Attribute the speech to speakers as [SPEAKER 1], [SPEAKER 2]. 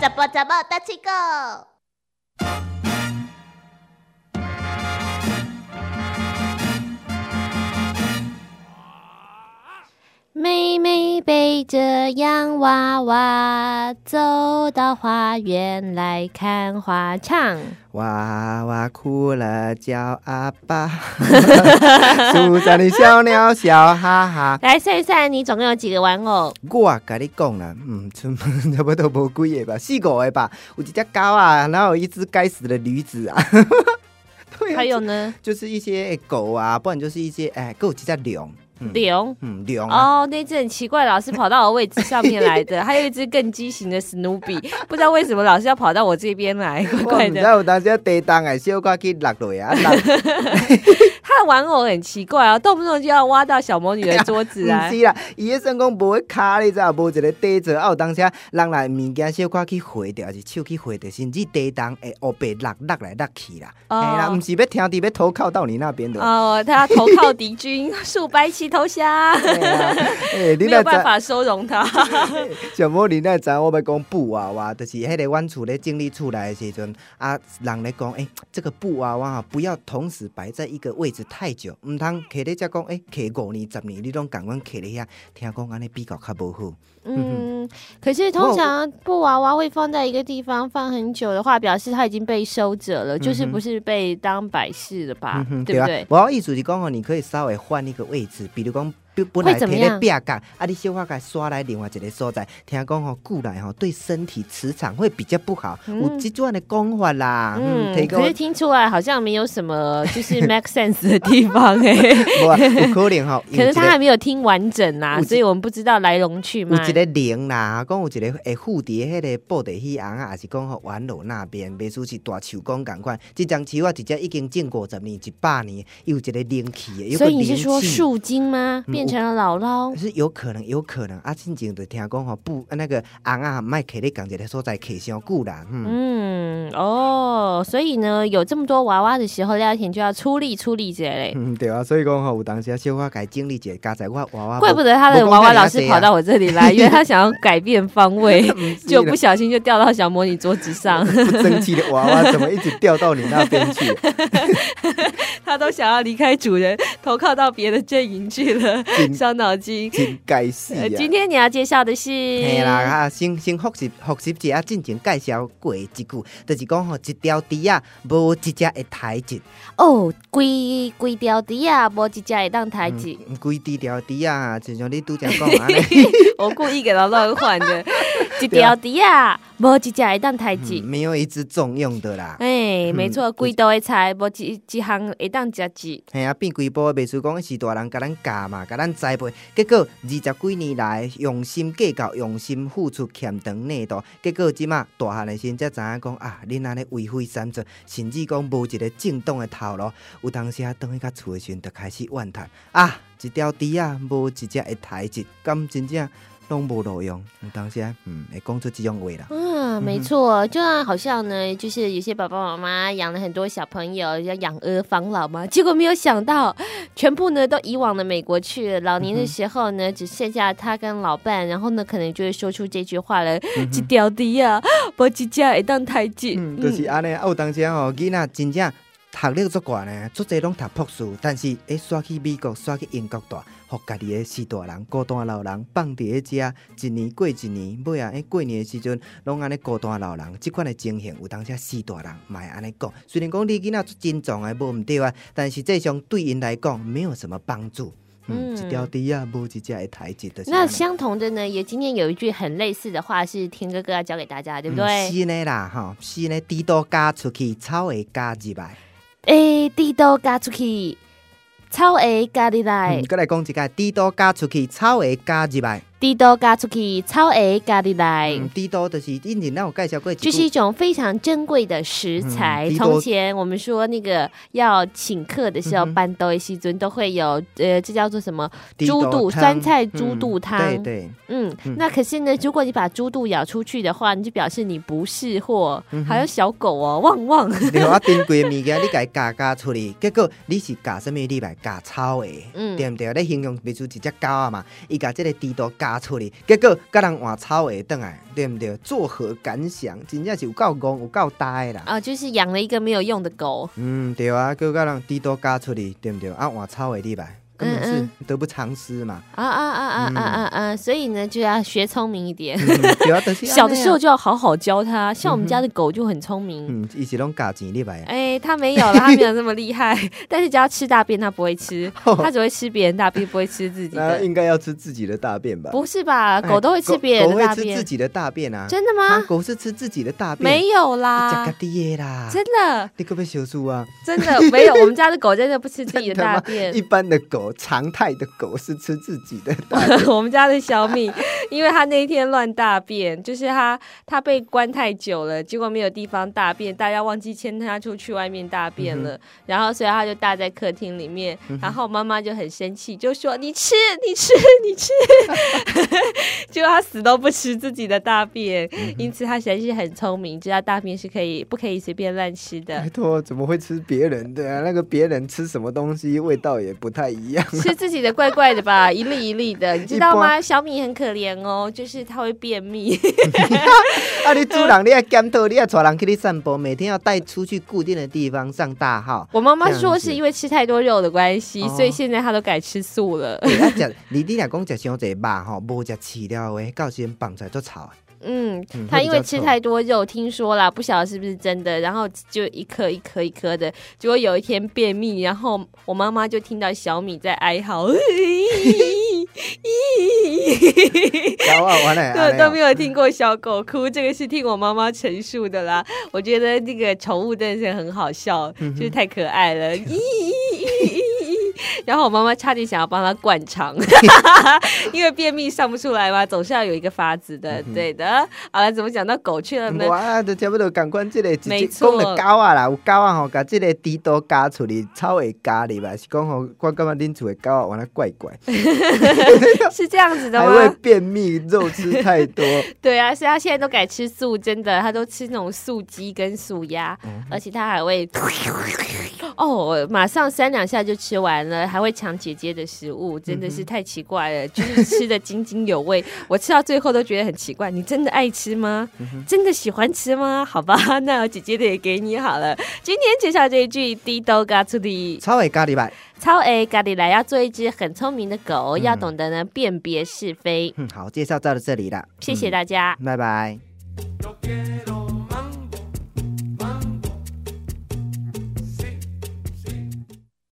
[SPEAKER 1] 怎么怎么大七狗？
[SPEAKER 2] 妹妹背着洋娃娃走到花园来看花唱。
[SPEAKER 3] 娃娃哭了，叫阿 爸。树上的小鸟笑哈哈。
[SPEAKER 2] 来算一算，你总共有几个玩 偶？
[SPEAKER 3] 我甲你讲啦，嗯，剩差不多无几个吧，四五个吧。有一只狗啊，然后有一只该死的驴子啊。 对啊，
[SPEAKER 2] 还有呢？
[SPEAKER 3] 就是一些狗啊，不然就是一些哎，还有一只龙。嗯
[SPEAKER 2] 龙。
[SPEAKER 3] 嗯，龙啊。
[SPEAKER 2] 哦，那只很奇怪，老是跑到我位置上面来的。 还有一只更畸形的史努比，不知道为什么老是要跑到我这边来，怪
[SPEAKER 3] 我
[SPEAKER 2] 怪
[SPEAKER 3] 唔知
[SPEAKER 2] 的。
[SPEAKER 3] 有当时地动诶，小可去落落啊，落
[SPEAKER 2] 他的玩偶很奇怪啊，动不动就要挖到小魔女的桌子啊
[SPEAKER 3] 毋。是啦，伊迄算讲无迄骹咧，知无一个底座，啊有当时啊人来物件小可去回着，还是手去回着，甚至地动会乌白落落来落去啦。哎、
[SPEAKER 2] 哦
[SPEAKER 3] 啦，毋是要听伫要投靠到你那边的。
[SPEAKER 2] 哦，他要投靠敌军，竖白旗投降，
[SPEAKER 3] 哎呀，哎， 你
[SPEAKER 2] 没有
[SPEAKER 3] 那
[SPEAKER 2] 办
[SPEAKER 3] 知，
[SPEAKER 2] 法收容他。
[SPEAKER 3] 小莫，你那知我要讲布娃娃，就是迄个阮厝咧整理厝内的时阵，啊，人咧讲，诶、这个布娃娃啊，不要同时摆在一个位置太久，毋通徛咧遮讲，诶、徛五年、十年，你拢共阮徛咧遐，听讲安尼比较较无好。
[SPEAKER 2] 嗯，可是
[SPEAKER 3] 不过
[SPEAKER 2] 通
[SPEAKER 3] 我
[SPEAKER 2] 常布娃娃会放在一个地方放很久的话，表示它已经被收着了，就是不是被当摆饰了吧
[SPEAKER 3] 嗯？哼
[SPEAKER 2] 对不对
[SPEAKER 3] 啊？，我要意思是讲哦，你可以稍微换一个位置，比如讲，比本来
[SPEAKER 2] 会怎么
[SPEAKER 3] 贴在
[SPEAKER 2] 样
[SPEAKER 3] 壁角，啊，你小可给刷来另外一个所在。听讲哦，古来哦，对身体磁场会比较不好，
[SPEAKER 2] 嗯
[SPEAKER 3] 有这种的讲法啦。嗯，提
[SPEAKER 2] 嗯，
[SPEAKER 3] 供
[SPEAKER 2] 可是听出来好像没有什么就是 make sense 的地方哎、
[SPEAKER 3] 无啊，有可 能吼，
[SPEAKER 2] 可
[SPEAKER 3] 有
[SPEAKER 2] 是
[SPEAKER 3] 一
[SPEAKER 2] 他还
[SPEAKER 3] 个
[SPEAKER 2] 没有听完整啦、
[SPEAKER 3] 有一
[SPEAKER 2] 所以我们不知道来龙去脉
[SPEAKER 3] 有。一个零啦，讲有一个会蝴蝶迄个布袋戏红啊，也是讲吼玩楼那边，袂输是大树公共款。这张树啊，直接已经种五十年、一百年，伊有一个灵气的，有
[SPEAKER 2] 所
[SPEAKER 3] 个
[SPEAKER 2] 以你
[SPEAKER 3] 灵
[SPEAKER 2] 是说
[SPEAKER 3] 气
[SPEAKER 2] 树精吗？
[SPEAKER 3] 嗯
[SPEAKER 2] 变成了姥姥？
[SPEAKER 3] 是有可能，有可能啊！进前就听讲吼，不那个红啊，卖徛咧同一个所在徛伤久啦，嗯，
[SPEAKER 2] 嗯，哦，所以呢，有这么多娃娃的时候，廖田就要出力出力些嘞。
[SPEAKER 3] 嗯对啊，所以讲吼，有当时啊，小可改整理一下，加在我娃娃，
[SPEAKER 2] 怪不得他的娃娃老
[SPEAKER 3] 啊
[SPEAKER 2] 是 跑到我这里来，因为他想要改变方位，就不小心就掉到小魔女桌子 上。
[SPEAKER 3] 嗯不争气的娃娃，怎么一直掉到你那边去？
[SPEAKER 2] 他都想要离开主人，投靠到别的阵营去了。
[SPEAKER 3] 真
[SPEAKER 2] 伤脑筋。
[SPEAKER 3] 真该死
[SPEAKER 2] 呃
[SPEAKER 3] 啊！
[SPEAKER 2] 今天你要介绍的是，
[SPEAKER 3] 嘿啦，啊，先先复习复习一下，进前介绍过的一句，就是讲吼，一条猪啊，无一只会抬一，
[SPEAKER 2] 哦，龟龟雕的呀，无一家也当台子。
[SPEAKER 3] 嗯规猪条猪啊，就像你拄则 讲的安尼。
[SPEAKER 2] 我故意给他乱换 的，一条的呀，无一家也当台子。
[SPEAKER 3] 嗯没有一只重用的啦。
[SPEAKER 2] 哎，
[SPEAKER 3] 嗯
[SPEAKER 2] 没错，龟都会猜，无一一项会当食几。
[SPEAKER 3] 嘿啊，变规波的，袂输讲是大人甲咱教嘛，甲咱栽培。结果二十几年来用心计较、用心付出、欠长内度，结果即马大汉的时阵才知影讲啊，恁安尼为非三者，甚至讲无一个正当的头路。有当时啊，倒去到厝的时阵，就开始怨叹啊，一条猪啊，无一只会抬一，敢真正拢无路用。有当时啊，嗯，会讲出即种话啦。
[SPEAKER 2] 嗯，没错，就像好像呢，就是有些爸爸妈妈养了很多小朋友，要养儿防老嘛，结果没有想到，全部呢都移往了美国去了。老年的时候呢，只剩下他跟老伴，然后呢，可能就会说出这句话了：“ 一条的啊，无一只会当太子。”
[SPEAKER 3] 嗯，就是安尼。啊，有当时啊吼，囡仔真正学历足悬呢，足侪拢读博士，但是会刷去美国、刷去英国大，互家己的四大人、孤单老人放伫咧遮，一年过一年，尾啊，诶，过年的时阵，拢安尼孤单老人，即款的情形有当时四大人嘛会安尼讲。虽然讲你囡仔足真重的无毋对啊，但是这上对因来讲没有什么帮助。嗯，
[SPEAKER 2] 嗯
[SPEAKER 3] 一条猪啊，无一只会抬起的。
[SPEAKER 2] 那相同的呢，也今天有一句很类似的话是天哥哥要教给大家，对不对？
[SPEAKER 3] 嗯是呢啦，吼，是呢，猪都嫁出去，草会嫁入来。
[SPEAKER 2] 诶，地都嫁出去，草诶嫁你来哎
[SPEAKER 3] 嗯嗯，。再来讲一个，猪刀嫁出去，草会嫁入来。
[SPEAKER 2] 低豆嘎出去，草莓咖喱来
[SPEAKER 3] 嗯，。猪肚就是以前咱有介绍过一句，
[SPEAKER 2] 哎这是一种非常珍贵的食材。
[SPEAKER 3] 嗯低豆
[SPEAKER 2] 从前我们说那个要请客的时候，
[SPEAKER 3] 嗯哼
[SPEAKER 2] 办桌的西尊都会有，呃，这叫做什么？
[SPEAKER 3] 猪
[SPEAKER 2] 猪
[SPEAKER 3] 肚
[SPEAKER 2] 肚
[SPEAKER 3] 汤
[SPEAKER 2] 酸菜猪肚汤。
[SPEAKER 3] 对对，
[SPEAKER 2] 嗯
[SPEAKER 3] 嗯，
[SPEAKER 2] 那可是呢，如果你把猪肚咬出去的话，你就表示你不是货，
[SPEAKER 3] 嗯
[SPEAKER 2] 好像小狗哦，汪汪。
[SPEAKER 3] 你啊珍贵的物件，你家加加出去，结果你是加什么？你来加草的，
[SPEAKER 2] 嗯
[SPEAKER 3] 对毋对？你形容比如一只狗啊嘛，伊甲即个猪肚加出去，结果甲人换草的倒来，对毋对？作何感想？真正是有够戆，有够呆的啦。
[SPEAKER 2] 啊，就是养了一个没有用的狗。
[SPEAKER 3] 嗯，对啊，叫甲人猪肚加出去，对毋对？啊，换草的你来，根本
[SPEAKER 2] 嗯
[SPEAKER 3] 是得不偿失嘛。
[SPEAKER 2] 啊啊啊啊啊啊啊！所以呢，就要学聪明一点。
[SPEAKER 3] 嗯 对啊，但是
[SPEAKER 2] 小的时候就要好好教它，像我们家的狗就很聪明。
[SPEAKER 3] 嗯，伊是拢加钱入来啊。
[SPEAKER 2] 哎，它没有了，它没有那么厉 害。但是只要吃大便，它不会吃，它只会吃别人大便，不会吃自己
[SPEAKER 3] 哦那
[SPEAKER 2] 的。
[SPEAKER 3] 应该要吃自己的大便吧？
[SPEAKER 2] 不是吧？
[SPEAKER 3] 哎，
[SPEAKER 2] 狗都会吃别人
[SPEAKER 3] 狗
[SPEAKER 2] 的
[SPEAKER 3] 狗
[SPEAKER 2] 大
[SPEAKER 3] 会吃自
[SPEAKER 2] 便，
[SPEAKER 3] 己的大便啊？
[SPEAKER 2] 真的
[SPEAKER 3] 啊，
[SPEAKER 2] 吗？
[SPEAKER 3] 狗是吃自己的大便，
[SPEAKER 2] 没有
[SPEAKER 3] 吃家
[SPEAKER 2] 啦，
[SPEAKER 3] 己的啦。
[SPEAKER 2] 真的
[SPEAKER 3] 你可不可以修书啊？
[SPEAKER 2] 真的没有。我们家的狗真的不吃自 己的大便
[SPEAKER 3] 一。般的狗，常态的狗是吃自己的大
[SPEAKER 2] 我们家的小米，因为他那一天乱大便，就是他他被关太久了，结果没有地方大便，大家忘记牵他出去外面大便了，然后所以他就大在客厅里面，然后妈妈就很生气，就说你吃你吃你吃，结果他死都不吃自己的大便，因此他实在是很聪明，知道大便是可以不可以随便乱吃的
[SPEAKER 3] 拜。托，怎么会吃别人的啊？那个别人吃什么东西，味道也不太一样。
[SPEAKER 2] 吃自己的怪怪的吧，一粒一粒的，你知道
[SPEAKER 3] 一
[SPEAKER 2] 吗？小米很可怜哦，就是它会便秘。
[SPEAKER 3] 啊，你主人你要检讨，你要带人去你散步，每天要带出去固定的地方上 大号。
[SPEAKER 2] 我妈妈
[SPEAKER 3] 这样
[SPEAKER 2] 说
[SPEAKER 3] 子
[SPEAKER 2] 是因为吃太多肉的关系，
[SPEAKER 3] 哦
[SPEAKER 2] 所以现在她都改吃素 了。
[SPEAKER 3] 对啊，食你你若讲食伤济肉吼，无食饲料的，到时阵放出来做臭的。
[SPEAKER 2] 嗯
[SPEAKER 3] 嗯，
[SPEAKER 2] 她
[SPEAKER 3] 会
[SPEAKER 2] 因
[SPEAKER 3] 比
[SPEAKER 2] 为
[SPEAKER 3] 较
[SPEAKER 2] 吃
[SPEAKER 3] 臭
[SPEAKER 2] 太多肉，听说啦，不晓得是不是真的，然后就一颗一颗一颗的，结果有一天便秘，然后我妈妈就听到小米在哀嚎，
[SPEAKER 3] 然后 完了，安
[SPEAKER 2] 都
[SPEAKER 3] 尼哦
[SPEAKER 2] 都没有听过小狗哭，这个是听我妈妈陈述的啦。我觉得那个宠物真的是很好笑，
[SPEAKER 3] 嗯
[SPEAKER 2] 就是太可爱了，咦咦咦咦咦咦！ 然后我妈妈差点想要帮它灌 肠，因为便秘上不出来嘛，总是要有一个法子的。对的，好了，怎么讲到狗去了呢？
[SPEAKER 3] 嗯我啊，就差不多共款，即个直
[SPEAKER 2] 没
[SPEAKER 3] 接
[SPEAKER 2] 错
[SPEAKER 3] 讲了狗啊啦，有狗啊吼，甲即个猪肚加出去，草会加入来，是讲吼，我感觉恁厝的狗啊，原来怪怪，
[SPEAKER 2] 是这样子的
[SPEAKER 3] 还会
[SPEAKER 2] 吗？
[SPEAKER 3] 便秘，肉吃太多。
[SPEAKER 2] 对啊，所以它现在都改吃素，真的，它都吃那种素鸡跟素鸭，
[SPEAKER 3] 嗯
[SPEAKER 2] 而且它还会哦，我马上三两下就吃完了，还会抢姐姐的食物，真的是太奇怪了，就是吃的津津有味。 我吃到最后都觉得很奇怪，你真的爱吃吗？真的喜欢吃吗？好吧， 那我姐姐的也给你好了。今天介绍这一句“滴豆嘎出的
[SPEAKER 3] 草会加入来，
[SPEAKER 2] 超 A 咖喱来”，要做一只很聪明的狗，要懂得呢辨别是非。
[SPEAKER 3] 嗯，好，介绍到了这里了，
[SPEAKER 2] 谢谢
[SPEAKER 3] 大
[SPEAKER 2] 大家。
[SPEAKER 3] 拜拜。
[SPEAKER 1] Yo quiero